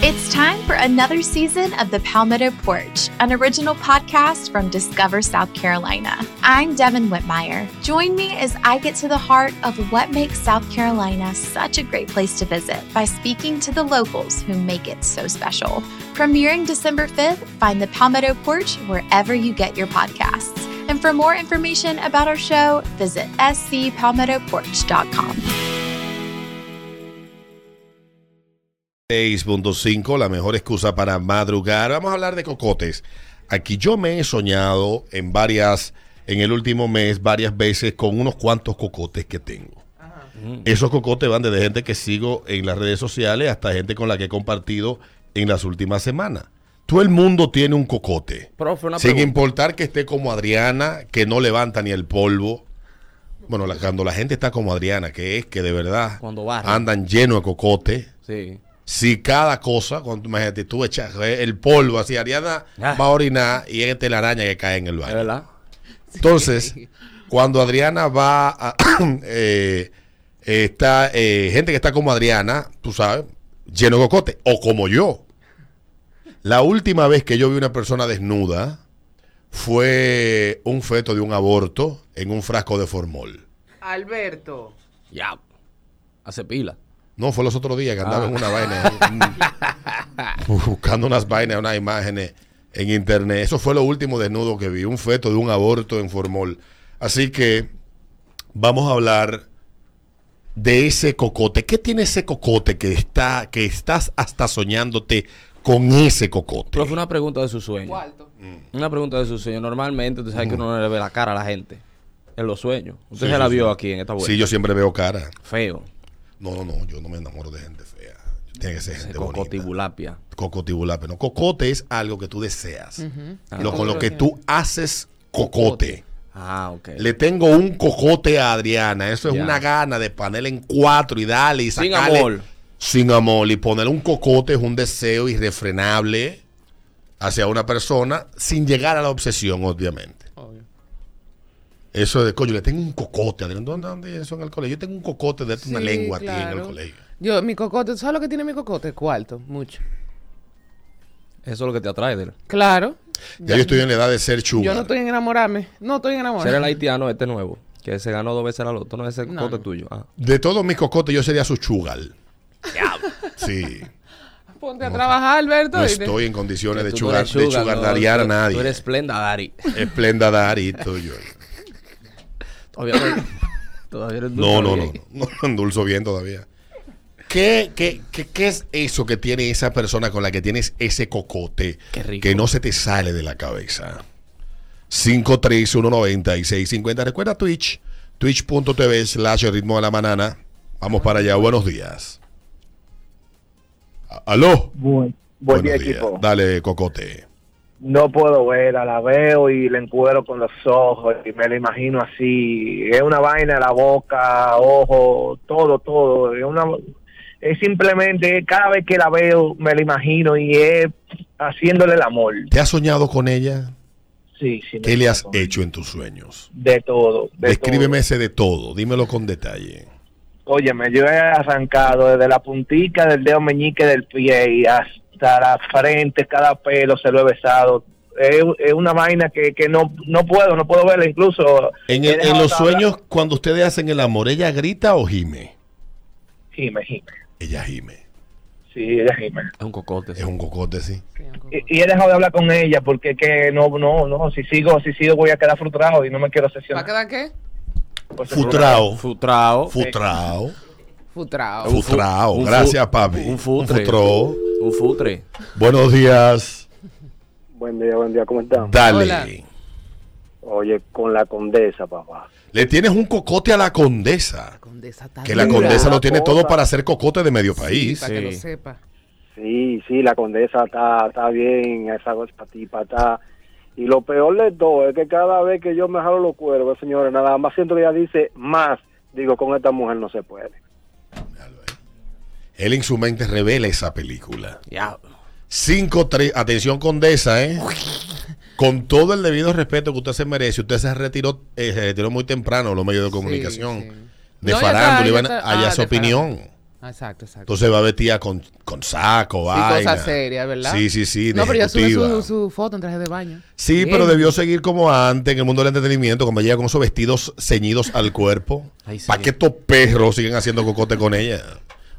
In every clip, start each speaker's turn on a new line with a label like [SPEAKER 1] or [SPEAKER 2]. [SPEAKER 1] It's time for another season of The Palmetto Porch, an original podcast from Discover South Carolina. I'm Devin Whitmire. Join me as I get to the heart of what makes South Carolina such a great place to visit by speaking to the locals who make it so special. Premiering December 5th, find The Palmetto Porch wherever you get your podcasts. And for more information about our show, visit scpalmettoporch.com.
[SPEAKER 2] 6.5, la mejor excusa para madrugar. Vamos a hablar de cocotes. Aquí yo me he soñado en varias, en el último mes, varias veces con unos cuantos cocotes que tengo. Esos cocotes van desde gente que sigo en las redes sociales hasta gente con la que he compartido en las últimas semanas. Todo el mundo tiene un cocote.
[SPEAKER 3] Profe, una
[SPEAKER 2] sin
[SPEAKER 3] pregunta.
[SPEAKER 2] importar que esté como Adriana, que no levanta ni el polvo. Bueno, la- cuando la gente está como Adriana, que es que de verdad
[SPEAKER 3] Cuando barre.
[SPEAKER 2] andan lleno de cocote.
[SPEAKER 3] Sí.
[SPEAKER 2] Si cada cosa, cuando tú- imagínate, tú echas eh, el polvo así, Ariana
[SPEAKER 3] Ah.
[SPEAKER 2] va a orinar y es la araña que cae en el
[SPEAKER 3] Es
[SPEAKER 2] baño.
[SPEAKER 3] verdad.
[SPEAKER 2] Entonces, cuando Adriana va a. eh, está eh, gente que está como Adriana, tú sabes, lleno de cocote, o como yo. La última vez que yo vi una persona desnuda fue un feto de un aborto en un frasco de formol.
[SPEAKER 4] Alberto.
[SPEAKER 3] Ya. Hace pila.
[SPEAKER 2] No, fue los otros días que andaba
[SPEAKER 3] Ah.
[SPEAKER 2] en una vaina. mm, buscando unas vainas, unas imágenes en internet. Eso fue lo último desnudo que vi. Un feto de un aborto en Formol. Así que vamos a hablar de ese cocote. ¿Qué tiene ese cocote que está, que estás hasta soñándote con ese cocote?
[SPEAKER 3] Profe, una pregunta de su sueño.
[SPEAKER 4] Cuarto.
[SPEAKER 3] Una pregunta de su sueño. Normalmente, tú sabes que uno no le ve la cara a la gente. En los sueños. Usted
[SPEAKER 2] Sí,
[SPEAKER 3] se la
[SPEAKER 2] sí,
[SPEAKER 3] vio
[SPEAKER 2] sí.
[SPEAKER 3] aquí en esta vuelta.
[SPEAKER 2] Sí, yo siempre veo cara.
[SPEAKER 3] Feo.
[SPEAKER 2] No, no, no. Yo no me enamoro de gente fea. Tiene que ser
[SPEAKER 3] Ese
[SPEAKER 2] gente bonita.
[SPEAKER 3] Cocotibulapia.
[SPEAKER 2] Cocotibulá, pero no. Cocote es algo que tú deseas.
[SPEAKER 3] Ah.
[SPEAKER 2] Lo, con lo que tú haces cocote.
[SPEAKER 3] Ah, ok.
[SPEAKER 2] Le tengo un cocote a Adriana. Eso es
[SPEAKER 3] Ya.
[SPEAKER 2] una gana de ponerle en cuatro y darle y
[SPEAKER 3] Sin
[SPEAKER 2] sacarle.
[SPEAKER 3] amor.
[SPEAKER 2] Sin amor. Y ponerle un cocote es un deseo irrefrenable hacia una persona sin llegar a la obsesión, obviamente. Eso de coño, le tengo un cocote. Adriana. ¿Dónde, dónde eso en el colegio? Yo tengo un cocote de una
[SPEAKER 4] Sí,
[SPEAKER 2] lengua a ti en
[SPEAKER 4] claro.
[SPEAKER 2] el colegio.
[SPEAKER 4] Yo, mi cocote, ¿tú ¿sabes lo que tiene mi cocote? Cuarto, mucho.
[SPEAKER 3] Eso es lo que te atrae de él.
[SPEAKER 4] Claro.
[SPEAKER 2] Ya yo estoy en la edad de ser chulo.
[SPEAKER 4] Yo no estoy en enamorarme. No estoy en
[SPEAKER 3] Ser el
[SPEAKER 4] enamorarme.
[SPEAKER 3] haitiano este nuevo. Que se ganó dos veces la loto. No es el
[SPEAKER 4] No,
[SPEAKER 3] cocote
[SPEAKER 4] no.
[SPEAKER 3] tuyo. Ah.
[SPEAKER 2] De todos mis cocotes, yo sería su chugal. Sí.
[SPEAKER 4] Ponte a trabajar, Alberto.
[SPEAKER 2] No
[SPEAKER 4] y te-
[SPEAKER 2] estoy en condiciones de
[SPEAKER 3] Tú no
[SPEAKER 2] chugar,
[SPEAKER 3] eres
[SPEAKER 2] de
[SPEAKER 3] sugar, no,
[SPEAKER 2] chugardarear a
[SPEAKER 3] tú-
[SPEAKER 2] nadie.
[SPEAKER 3] Tú eres Splenda Dari.
[SPEAKER 2] Esplenda Dari, tú, yo.
[SPEAKER 3] Todavía no- todavía eres
[SPEAKER 2] No,
[SPEAKER 3] dulce
[SPEAKER 2] no, no.
[SPEAKER 3] bien.
[SPEAKER 2] No endulzo bien todavía. ¿Qué, qué, qué, qué es eso que tiene esa persona con la que tienes ese cocote
[SPEAKER 3] Qué rico.
[SPEAKER 2] que no se te sale de la cabeza? 5319650. Recuerda Twitch, twitch.tv slash el ritmo de la banana. Vamos para allá. Buenos días. A- Aló.
[SPEAKER 5] Buen, buen día,
[SPEAKER 2] Buenos días.
[SPEAKER 5] equipo.
[SPEAKER 2] Dale, cocote.
[SPEAKER 5] No puedo verla, la veo y la encuero con los ojos y me la imagino así. Es una vaina, la boca, ojo, todo, todo. Es, una, es simplemente, cada vez que la veo, me la imagino y es haciéndole el amor.
[SPEAKER 2] ¿Te has soñado con ella?
[SPEAKER 5] Sí, sí. me
[SPEAKER 2] ¿Qué le has
[SPEAKER 5] imagino.
[SPEAKER 2] hecho en tus sueños?
[SPEAKER 5] De todo. De
[SPEAKER 2] Descríbeme
[SPEAKER 5] todo.
[SPEAKER 2] ese de todo, dímelo con detalle.
[SPEAKER 5] Óyeme, yo he arrancado desde la puntica del dedo meñique del pie y hasta la frente, cada pelo se lo he besado. Es, es una vaina que, que no, no puedo, no puedo verla incluso.
[SPEAKER 2] En,
[SPEAKER 5] he
[SPEAKER 2] el- en
[SPEAKER 5] dejado
[SPEAKER 2] los
[SPEAKER 5] hasta hablar-
[SPEAKER 2] sueños, cuando ustedes hacen el amor, ¿ella grita o gime?
[SPEAKER 5] Gime, gime.
[SPEAKER 2] Ella gime.
[SPEAKER 5] Sí, ella gime.
[SPEAKER 3] Es un cocote.
[SPEAKER 2] Es un cocote, sí.
[SPEAKER 5] Y, y he dejado de hablar con ella porque que no, no, no. Si sigo, si sigo voy a quedar frustrado y no me quiero
[SPEAKER 4] ¿Va a
[SPEAKER 5] sesionar.
[SPEAKER 4] quedar qué?
[SPEAKER 5] Por ser
[SPEAKER 2] Futrao.
[SPEAKER 3] Futrao.
[SPEAKER 2] Futrao.
[SPEAKER 4] Futrao.
[SPEAKER 3] Un fu-
[SPEAKER 2] Futrao.
[SPEAKER 3] un fu-
[SPEAKER 2] Gracias, papi.
[SPEAKER 3] un futre.
[SPEAKER 2] futro.
[SPEAKER 3] Un futre.
[SPEAKER 2] Buenos días.
[SPEAKER 6] Buen día, buen día, ¿cómo están?
[SPEAKER 2] Dale.
[SPEAKER 4] Hola.
[SPEAKER 6] Oye, con la condesa, papá.
[SPEAKER 2] Le tienes un cocote a la condesa.
[SPEAKER 4] Condesa
[SPEAKER 2] Que la
[SPEAKER 6] Mira,
[SPEAKER 2] condesa lo
[SPEAKER 6] la
[SPEAKER 2] tiene todo
[SPEAKER 6] cosa.
[SPEAKER 2] para ser cocote de medio país.
[SPEAKER 4] Para que lo
[SPEAKER 3] Sí.
[SPEAKER 4] sepa.
[SPEAKER 6] Sí, sí, la condesa está, está bien, esa cosa tipa está. Y lo peor de todo es que cada vez que yo me jalo los cuervos, señores, nada más siento que ella dice más. Digo, con esta mujer no se puede.
[SPEAKER 2] Él en su mente revela esa película.
[SPEAKER 3] Ya.
[SPEAKER 2] 5, 3, atención condesa, ¿eh? Con todo el debido respeto que usted se merece, usted se retiró, eh, se retiró muy temprano de los medios de comunicación.
[SPEAKER 4] sí.
[SPEAKER 2] De
[SPEAKER 4] No, ya está,
[SPEAKER 2] farándula,
[SPEAKER 4] ya
[SPEAKER 2] iban
[SPEAKER 4] está.
[SPEAKER 2] allá
[SPEAKER 4] Ah,
[SPEAKER 2] su
[SPEAKER 4] de
[SPEAKER 2] opinión.
[SPEAKER 4] Ah, Exacto, exacto.
[SPEAKER 2] Entonces va vestida con, con saco,
[SPEAKER 4] y
[SPEAKER 2] vaina.
[SPEAKER 4] cosas serias, ¿verdad?
[SPEAKER 2] Sí, sí, sí. de
[SPEAKER 4] No, pero yo subí
[SPEAKER 2] ejecutiva.
[SPEAKER 4] su, su foto en traje de baño.
[SPEAKER 2] Sí,
[SPEAKER 4] Bien.
[SPEAKER 2] pero debió seguir como antes en el mundo del entretenimiento, como llega con esos vestidos ceñidos al cuerpo.
[SPEAKER 3] Ay, sí.
[SPEAKER 2] ¿Para qué estos perros siguen haciendo cocote con ella?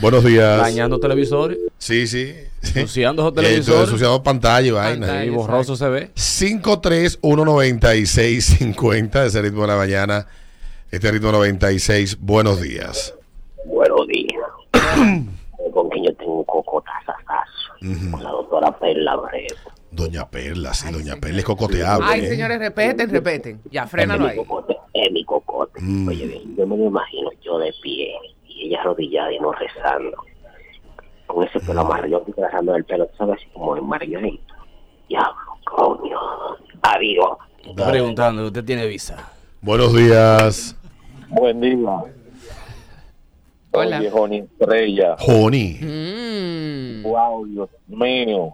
[SPEAKER 2] Buenos días.
[SPEAKER 3] Dañando televisores.
[SPEAKER 2] Sí, sí. sí.
[SPEAKER 3] Ensuciando esos
[SPEAKER 2] Eh,
[SPEAKER 3] televisores.
[SPEAKER 2] ensuciando pantalla y vaina. ¿eh?
[SPEAKER 4] Pantalla.
[SPEAKER 3] Y borroso se ve.
[SPEAKER 2] 5319650, ese ritmo de la mañana. Este ritmo 96, buenos días.
[SPEAKER 6] Buenos días. Con quien yo tengo un cocotazazazo. Con la doctora Perla Brego.
[SPEAKER 2] Doña Perla, sí,
[SPEAKER 4] Ay,
[SPEAKER 2] Doña
[SPEAKER 4] señor.
[SPEAKER 2] Perla es cocoteable.
[SPEAKER 4] Ay,
[SPEAKER 2] ¿eh?
[SPEAKER 4] señores, respeten, respeten. Ya,
[SPEAKER 6] Es
[SPEAKER 4] frénalo
[SPEAKER 6] mi
[SPEAKER 4] ahí.
[SPEAKER 6] cocote. Es mi cocote.
[SPEAKER 2] Mm.
[SPEAKER 6] Oye, bien, yo me lo imagino yo de pie y ella arrodillada y no rezando. Con ese pelo amarillo, estoy trazando el pelo, tú ¿sabes? Así como enmarillonito. Diablo, coño. Adiós.
[SPEAKER 3] Está preguntando, ¿usted tiene visa?
[SPEAKER 2] Buenos días.
[SPEAKER 7] Buen día.
[SPEAKER 4] Hola.
[SPEAKER 7] Oye, Joni Estrella.
[SPEAKER 2] Joni.
[SPEAKER 4] Mm.
[SPEAKER 7] Wow, Dios mío.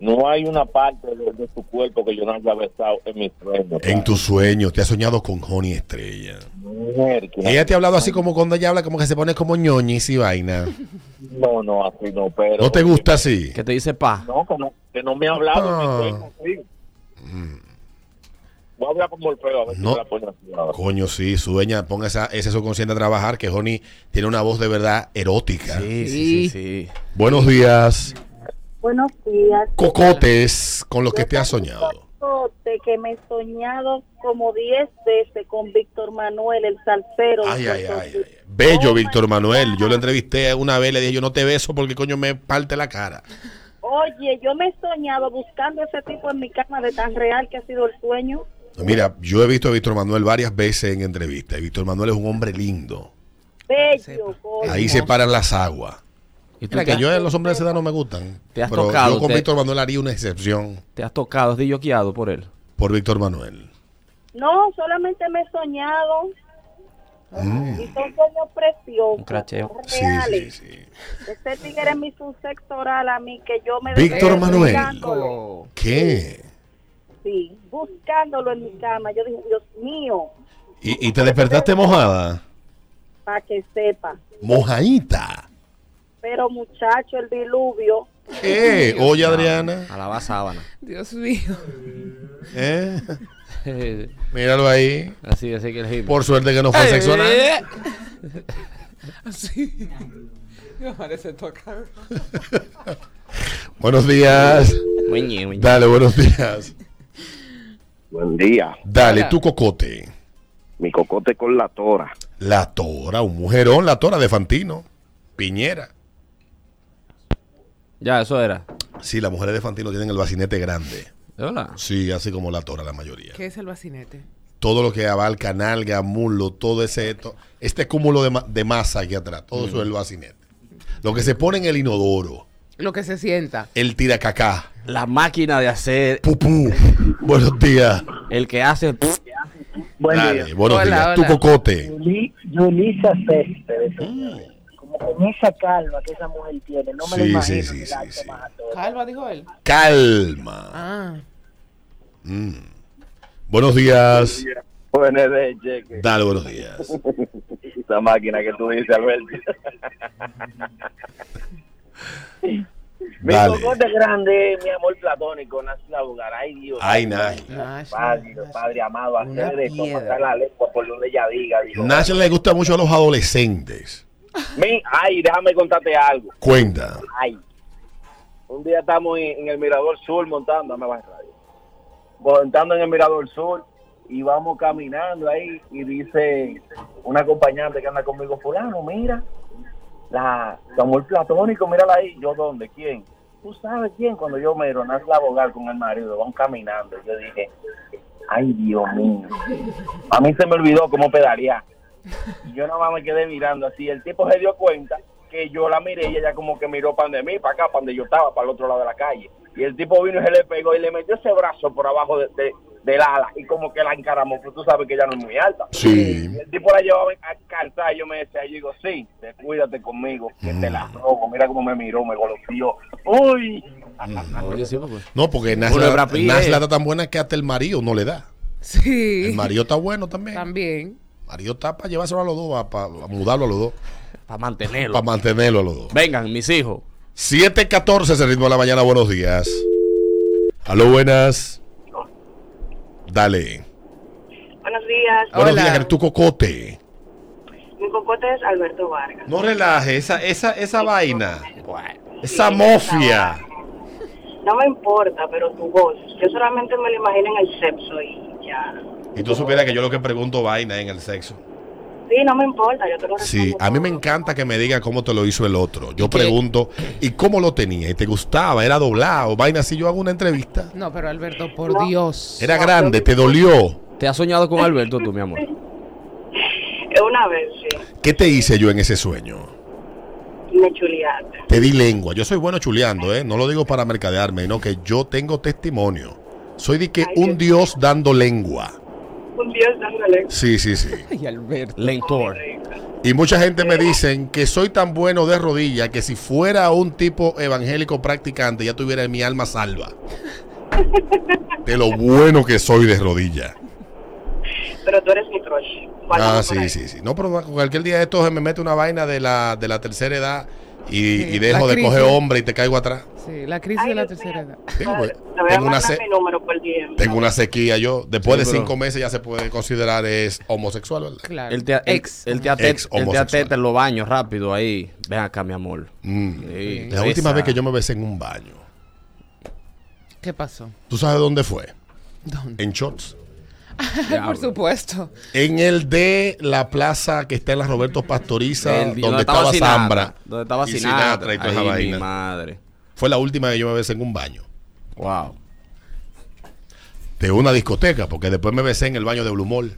[SPEAKER 7] No hay una parte de, de tu cuerpo que yo no haya besado en mis sueños.
[SPEAKER 2] En tus sueños, te has soñado con Joni Estrella.
[SPEAKER 7] Miércoles.
[SPEAKER 2] Ella te ha hablado así como cuando ella habla, como que se pone como ñoñis y vaina.
[SPEAKER 7] No, no, así no, pero...
[SPEAKER 2] ¿No te gusta así?
[SPEAKER 3] ¿Qué te dice pa?
[SPEAKER 7] No, que no, que no me ha hablado
[SPEAKER 2] Ah.
[SPEAKER 7] en
[SPEAKER 2] Mm.
[SPEAKER 7] mis sueños, sí. Voy a hablar con Morfeo a ver
[SPEAKER 2] No.
[SPEAKER 7] si me la pone así ahora.
[SPEAKER 2] Coño, sí, sueña, ponga esa, ese subconsciente a trabajar, que Joni tiene una voz de verdad erótica.
[SPEAKER 3] Sí, sí,
[SPEAKER 4] Sí.
[SPEAKER 3] sí, sí.
[SPEAKER 2] Buenos días.
[SPEAKER 8] Buenos días.
[SPEAKER 2] Cocotes con lo que te has soñado.
[SPEAKER 8] De que me he soñado como 10 veces con Víctor Manuel, el salsero.
[SPEAKER 2] Ay, ay, ay. ay. Bello
[SPEAKER 8] Oh,
[SPEAKER 2] Víctor
[SPEAKER 8] my
[SPEAKER 2] Manuel.
[SPEAKER 8] God.
[SPEAKER 2] Yo lo entrevisté una vez, le dije, yo no te beso porque coño me parte la cara.
[SPEAKER 8] Oye, yo me he soñado buscando ese tipo en mi cama de tan real que ha sido el sueño.
[SPEAKER 2] Mira, yo he visto a Víctor Manuel varias veces en entrevistas. y Víctor Manuel es un hombre lindo.
[SPEAKER 8] Bello, coño.
[SPEAKER 2] Ahí se paran las aguas.
[SPEAKER 3] ¿Y tú
[SPEAKER 4] Mira
[SPEAKER 2] Que
[SPEAKER 3] te,
[SPEAKER 2] yo eh, los hombres de edad no me gustan.
[SPEAKER 3] Te has
[SPEAKER 2] pero
[SPEAKER 3] tocado,
[SPEAKER 2] yo con
[SPEAKER 3] te-
[SPEAKER 2] Víctor Manuel haría una excepción
[SPEAKER 3] te has tocado, has dilloqueado por él?
[SPEAKER 2] por Víctor Manuel.
[SPEAKER 8] No, solamente me he soñado. Y son sueños preciosos.
[SPEAKER 3] Un cracheo.
[SPEAKER 2] Sí, Mm. sí,
[SPEAKER 8] Reales.
[SPEAKER 2] sí.
[SPEAKER 8] Ese tigre es mi subsexo oral a mí, que yo me
[SPEAKER 2] Víctor
[SPEAKER 8] desperté
[SPEAKER 2] Manuel.
[SPEAKER 8] mirándolo.
[SPEAKER 4] Oh.
[SPEAKER 2] ¿Qué?
[SPEAKER 8] Sí, buscándolo en mi cama. Yo dije, Dios mío,
[SPEAKER 2] ¿Y, y te despertaste mojada?
[SPEAKER 8] para que sepa.
[SPEAKER 2] Mojadita.
[SPEAKER 8] Pero muchacho, el diluvio.
[SPEAKER 2] ¿Qué? Eh, Oye, Adriana.
[SPEAKER 3] Alaba sábana.
[SPEAKER 4] Dios mío.
[SPEAKER 2] ¿eh?
[SPEAKER 3] así,
[SPEAKER 2] Míralo ahí.
[SPEAKER 3] así que el hip.
[SPEAKER 2] Por suerte que no fue sexual.
[SPEAKER 4] Así. Me parece tocar.
[SPEAKER 2] Buenos días.
[SPEAKER 3] Muñe, muñe.
[SPEAKER 2] Dale, buenos días.
[SPEAKER 5] Buen día.
[SPEAKER 2] Dale,
[SPEAKER 4] Hola.
[SPEAKER 2] tu cocote.
[SPEAKER 5] Mi cocote con la tora.
[SPEAKER 2] La Tora, un mujerón, la Tora de Fantino. Piñera.
[SPEAKER 3] Ya, eso era.
[SPEAKER 2] Sí, las mujeres de Fantino tienen el bacinete grande.
[SPEAKER 3] Hola.
[SPEAKER 2] Sí, así como la Tora, la mayoría.
[SPEAKER 4] ¿Qué es el vacinete?
[SPEAKER 2] Todo lo que abarca nalga, muslo, todo ese, to- este cúmulo de, ma- de masa aquí atrás, todo eso es el bacinete. Lo que se pone en el inodoro,
[SPEAKER 4] Lo que se sienta.
[SPEAKER 2] el tiracacá,
[SPEAKER 3] La máquina de hacer,
[SPEAKER 2] pupú. Buenos días.
[SPEAKER 3] el que hace.
[SPEAKER 9] Buen
[SPEAKER 2] Dale, buenos
[SPEAKER 4] Hola,
[SPEAKER 2] días.
[SPEAKER 4] hola.
[SPEAKER 2] Tu cocote. Mm.
[SPEAKER 6] Yulisa Céspedes, como con esa calma que esa mujer tiene, no
[SPEAKER 2] me lo Sí, imagino sí, en el sí, acto sí. más
[SPEAKER 4] Calva, dijo él.
[SPEAKER 2] Calma.
[SPEAKER 4] Ah.
[SPEAKER 2] Mm. Buenos días.
[SPEAKER 7] Bueno, de cheque,
[SPEAKER 2] Dale, buenos días.
[SPEAKER 7] esa máquina que tú dices, Alberto.
[SPEAKER 5] Mi
[SPEAKER 2] Dale.
[SPEAKER 5] cocote grande, mi amor platónico, Nancy Bugar. Ay, Dios.
[SPEAKER 2] Ay, Nash.
[SPEAKER 4] Nash,
[SPEAKER 5] Padre,
[SPEAKER 4] Nash.
[SPEAKER 5] padre amado,
[SPEAKER 4] Una
[SPEAKER 5] hacer de esto,
[SPEAKER 4] piedra.
[SPEAKER 5] pasar la lengua por donde ella diga. Dios.
[SPEAKER 2] Nash le gusta mucho a los adolescentes.
[SPEAKER 5] Mi, ay, déjame contarte algo.
[SPEAKER 2] Cuenta.
[SPEAKER 5] Ay. Un día estamos en, en el Mirador Sur montando, dame más radio. Montando en el Mirador Sur y vamos caminando ahí y dice una acompañante que anda conmigo, fulano, mira, la tu amor platónico, mírala ahí. Yo, ¿dónde? ¿Quién? Tú sabes quién, cuando yo me la abogar con el marido, van caminando. Yo dije, ay Dios mío. A mí se me olvidó cómo pedalear. Y yo nada más me quedé mirando así. El tipo se dio cuenta que yo la miré y ella como que miró para de mí, para acá, para donde yo estaba, para el otro lado de la calle. Y el tipo vino y se le pegó y le metió ese brazo por abajo de, de- del ala y como que la encaramó, porque tú sabes que ella no es muy alta.
[SPEAKER 2] Sí.
[SPEAKER 5] Y el tipo la llevaba a calzar y yo me decía, yo digo, sí, descuídate conmigo, que te la robo. Mira cómo me miró, me golpeó. ¡Uy!
[SPEAKER 3] Oye, sí, pues.
[SPEAKER 2] Ah, No, porque Nash
[SPEAKER 3] Uno de
[SPEAKER 2] la,
[SPEAKER 3] Brad Pitt,
[SPEAKER 2] Nash
[SPEAKER 3] eh.
[SPEAKER 2] la da tan buena que hasta el marido no le da. El
[SPEAKER 4] Sí.
[SPEAKER 2] marido está bueno también.
[SPEAKER 4] También.
[SPEAKER 2] Marido está para llevárselo a los dos, para, mudarlo a los dos.
[SPEAKER 3] Para mantenerlo.
[SPEAKER 2] Para mantenerlo a los dos.
[SPEAKER 3] Vengan, mis hijos.
[SPEAKER 2] 7.14 es el ritmo de la mañana. Buenos días. Aló, buenas. Dale.
[SPEAKER 8] Buenos días.
[SPEAKER 2] Buenos
[SPEAKER 4] Hola.
[SPEAKER 2] días, eres tu cocote.
[SPEAKER 8] Mi cocote es Alberto Vargas.
[SPEAKER 2] No relajes esa, esa, esa vaina. Esa mofia.
[SPEAKER 8] No me importa, pero tu voz. Yo solamente me lo imagino en el sexo y ya.
[SPEAKER 2] Y tú supieras que yo lo que pregunto vaina en el sexo.
[SPEAKER 8] Sí, no me importa, yo te lo
[SPEAKER 2] Sí,
[SPEAKER 8] respondo
[SPEAKER 2] a mí
[SPEAKER 8] todo.
[SPEAKER 2] me encanta que me diga cómo te lo hizo el otro. Yo
[SPEAKER 3] ¿Y qué?
[SPEAKER 2] pregunto, ¿y cómo lo tenía? ¿Y te gustaba? ¿Era doblado? Vaina, si yo hago una entrevista.
[SPEAKER 4] No, pero Alberto, por
[SPEAKER 8] No.
[SPEAKER 4] Dios.
[SPEAKER 2] Era grande, te dolió.
[SPEAKER 3] ¿Te has soñado con Alberto tú, mi amor?
[SPEAKER 8] Eh, Una vez, sí,
[SPEAKER 2] ¿Qué te hice yo en ese sueño?
[SPEAKER 8] me chuleaste.
[SPEAKER 2] Te di lengua. Yo soy bueno chuleando, ¿eh? No lo digo para mercadearme, no, que yo tengo testimonio. Soy de que
[SPEAKER 8] Ay,
[SPEAKER 2] un dios dando lengua.
[SPEAKER 8] Un dios dándole.
[SPEAKER 2] Sí, sí, sí.
[SPEAKER 4] Ay, Alberto.
[SPEAKER 3] Lentor.
[SPEAKER 2] Y mucha gente me dicen que soy tan bueno de rodilla que si fuera un tipo evangélico practicante ya tuviera mi alma salva. De lo bueno que soy de rodilla.
[SPEAKER 8] Pero tú eres mi crush.
[SPEAKER 2] Ah,
[SPEAKER 8] Guárdame por
[SPEAKER 2] sí,
[SPEAKER 8] ahí.
[SPEAKER 2] sí, sí. No, pero con cualquier día de estos me mete una vaina de la, de la tercera edad y, y dejo
[SPEAKER 4] la
[SPEAKER 2] de
[SPEAKER 4] crisis.
[SPEAKER 2] coger hombre y te caigo atrás.
[SPEAKER 4] Sí, la crisis
[SPEAKER 8] Ay,
[SPEAKER 4] de la
[SPEAKER 8] Dios
[SPEAKER 4] tercera
[SPEAKER 8] mío.
[SPEAKER 4] edad.
[SPEAKER 2] Tengo,
[SPEAKER 8] Dale, te voy a
[SPEAKER 2] Pues, tengo una,
[SPEAKER 8] mandar
[SPEAKER 2] se-
[SPEAKER 8] mi número por DM.
[SPEAKER 2] tengo una sequía yo. Después
[SPEAKER 3] Sí,
[SPEAKER 2] de
[SPEAKER 3] pero-
[SPEAKER 2] cinco meses ya se puede considerar es homosexual, ¿verdad?
[SPEAKER 4] Claro.
[SPEAKER 3] Él te, él-
[SPEAKER 4] Ex.
[SPEAKER 3] él te atet-
[SPEAKER 2] Ex
[SPEAKER 3] él te
[SPEAKER 2] homosexual.
[SPEAKER 3] ateta en los baños rápido ahí. Ven acá, mi amor.
[SPEAKER 2] Mm.
[SPEAKER 3] Sí,
[SPEAKER 2] La última
[SPEAKER 3] besa.
[SPEAKER 2] vez que yo me besé en un baño.
[SPEAKER 4] ¿Qué pasó?
[SPEAKER 2] ¿Tú sabes dónde fue?
[SPEAKER 4] ¿Dónde?
[SPEAKER 2] En shorts.
[SPEAKER 4] Por supuesto.
[SPEAKER 2] En el de la plaza que está en la Roberto Pastoriza,
[SPEAKER 3] El-
[SPEAKER 2] donde, estaba
[SPEAKER 3] Sinatra,
[SPEAKER 2] Zambra.
[SPEAKER 3] Donde estaba
[SPEAKER 2] y
[SPEAKER 3] Sinatra.
[SPEAKER 2] Sinatra y toda esa
[SPEAKER 3] Ay, mi
[SPEAKER 2] vaina.
[SPEAKER 3] madre.
[SPEAKER 2] Fue la última que yo me besé en un baño.
[SPEAKER 3] Wow.
[SPEAKER 2] De una discoteca, porque después me besé en el baño de Blumol.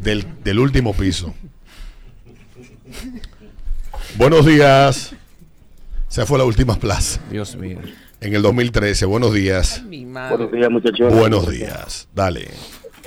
[SPEAKER 2] Del, del último piso. Buenos días. Esa fue la última plaza.
[SPEAKER 3] Dios mío.
[SPEAKER 2] En el 2013. Buenos días.
[SPEAKER 4] Mi madre.
[SPEAKER 6] Ah, Buenos días, muchachos.
[SPEAKER 2] Buenos días. Dale.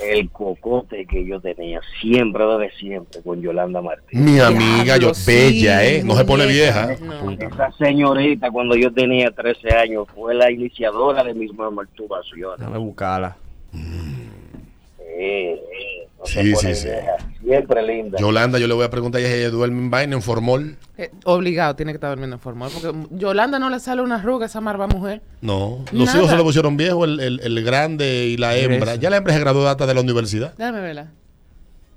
[SPEAKER 6] El cocote que yo tenía siempre, desde siempre, con Yolanda Martínez.
[SPEAKER 2] Mi amiga, yo,
[SPEAKER 4] Diablo, sí,
[SPEAKER 2] bella, ¿eh? No se pone
[SPEAKER 4] muñeca.
[SPEAKER 2] vieja.
[SPEAKER 4] No.
[SPEAKER 6] Esa señorita, cuando yo tenía 13 años, fue la iniciadora de mis masturbaciones.
[SPEAKER 3] Déjame buscarla.
[SPEAKER 6] Eh, eh, no se
[SPEAKER 2] Sí,
[SPEAKER 6] pone
[SPEAKER 2] sí, sí.
[SPEAKER 6] vieja. Siempre linda.
[SPEAKER 2] Yolanda, yo le voy a preguntar a ella, ella duerme en vaina, en formol.
[SPEAKER 4] Eh, obligado, tiene que estar durmiendo en formal. Porque Yolanda no le sale una arruga a esa marva mujer.
[SPEAKER 2] No, los
[SPEAKER 4] Nada.
[SPEAKER 2] hijos se lo pusieron viejo, el, el- el grande y la
[SPEAKER 3] Mira
[SPEAKER 2] hembra.
[SPEAKER 3] eso.
[SPEAKER 2] Ya la hembra se graduó de hasta de la universidad.
[SPEAKER 4] Déjame verla.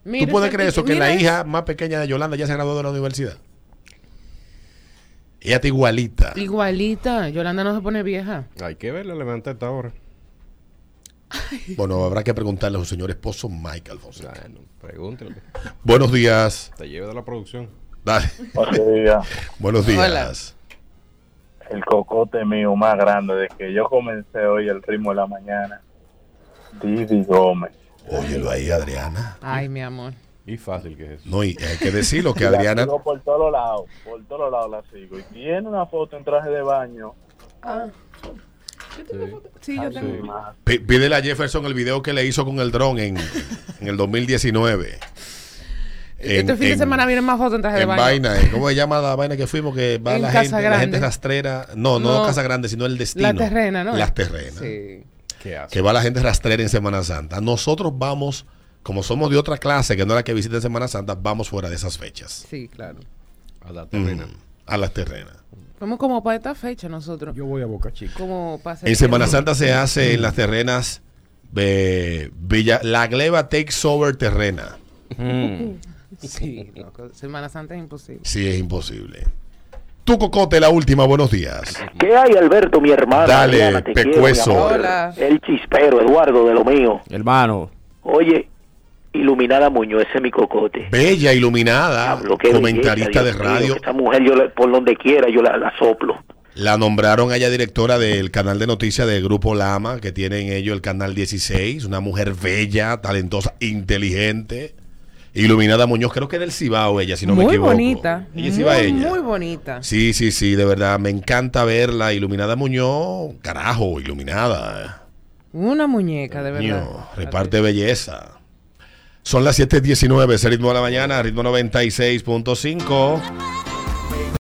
[SPEAKER 2] ¿Tú puedes creer eso? Que la
[SPEAKER 4] mira.
[SPEAKER 2] hija más pequeña de Yolanda ya se graduó de la universidad. Ella está igualita.
[SPEAKER 4] Igualita. Yolanda no se pone vieja.
[SPEAKER 10] Hay que verlo, levanta esta hora.
[SPEAKER 2] Bueno, habrá que preguntarle a su señor esposo Michael Fonseca.
[SPEAKER 10] Bueno, pregúntale.
[SPEAKER 2] Buenos días.
[SPEAKER 10] Te lleve de la producción.
[SPEAKER 2] Dale.
[SPEAKER 5] Buenos días.
[SPEAKER 2] Buenos días.
[SPEAKER 4] Hola.
[SPEAKER 5] el cocote mío más grande de que yo comencé hoy el ritmo de la mañana. Didi Gómez.
[SPEAKER 2] Óyelo ahí, Adriana.
[SPEAKER 4] Ay, mi amor.
[SPEAKER 10] Y fácil que es eso.
[SPEAKER 2] No, y hay que decirlo que
[SPEAKER 5] La
[SPEAKER 2] Adriana.
[SPEAKER 5] sigo por todos lados, por todos lados la sigo. Y tiene una foto en traje de baño.
[SPEAKER 4] Sí, yo tengo.
[SPEAKER 2] P- Pídele a Jefferson el video que le hizo con el dron en, en el 2019.
[SPEAKER 4] este
[SPEAKER 2] En-
[SPEAKER 4] fin de
[SPEAKER 2] en-
[SPEAKER 4] semana vienen más fotos en traje de
[SPEAKER 2] En
[SPEAKER 4] baño.
[SPEAKER 2] vaina, ¿eh? ¿cómo se llama la vaina que fuimos? Que va
[SPEAKER 4] En
[SPEAKER 2] la
[SPEAKER 4] Casa
[SPEAKER 2] gente, la
[SPEAKER 4] Grande.
[SPEAKER 2] gente rastrera. No, no,
[SPEAKER 4] No.
[SPEAKER 2] Casa Grande, sino el destino.
[SPEAKER 4] La terrena, ¿no?
[SPEAKER 2] Las terrenas.
[SPEAKER 4] Sí.
[SPEAKER 10] ¿Qué hace?
[SPEAKER 2] Que va la gente rastrera en Semana Santa. Nosotros vamos, como somos de otra clase que no es la que visita en Semana Santa, vamos fuera de esas fechas.
[SPEAKER 4] Sí, claro.
[SPEAKER 10] A la terrena.
[SPEAKER 2] Mm, a las terrenas.
[SPEAKER 4] Fuimos como para esta fecha nosotros.
[SPEAKER 10] Yo voy a Boca Chica.
[SPEAKER 4] Como para
[SPEAKER 2] En Semana Santa se hace en las terrenas de Villa. La gleba takes over terrena.
[SPEAKER 3] Mm.
[SPEAKER 4] Sí, loco, Semana Santa es imposible.
[SPEAKER 2] Sí, es imposible. Tu cocote, la última, buenos días.
[SPEAKER 9] ¿Qué hay, Alberto, mi hermano?
[SPEAKER 2] Dale,
[SPEAKER 9] Diana, te quiero, mi
[SPEAKER 2] pecueso.
[SPEAKER 9] amor.
[SPEAKER 4] Hola.
[SPEAKER 9] El chispero, Eduardo, de lo mío.
[SPEAKER 3] Hermano.
[SPEAKER 9] Oye, Iluminada Muñoz, ese es mi cocote.
[SPEAKER 2] Bella, iluminada,
[SPEAKER 9] Diablo, qué
[SPEAKER 2] comentarista
[SPEAKER 9] belleza,
[SPEAKER 2] de
[SPEAKER 9] Dios mío,
[SPEAKER 2] radio,
[SPEAKER 9] Esta mujer, yo la- por donde quiera, yo la, la soplo.
[SPEAKER 2] La nombraron a ella directora del canal de noticias del Grupo Lama, que tienen ellos el canal 16. Una mujer bella, talentosa, inteligente. Iluminada Muñoz, creo que del Cibao ella, si no me
[SPEAKER 4] muy
[SPEAKER 2] equivoco.
[SPEAKER 4] bonita.
[SPEAKER 2] Ella es
[SPEAKER 4] muy,
[SPEAKER 2] cibaeña.
[SPEAKER 4] muy bonita.
[SPEAKER 2] Sí, sí, sí, de verdad. Me encanta verla. Iluminada Muñoz, carajo, iluminada.
[SPEAKER 4] Una muñeca, de verdad.
[SPEAKER 2] Muñoz, reparte belleza. Son las 7.19, es el ritmo de la mañana, ritmo 96.5.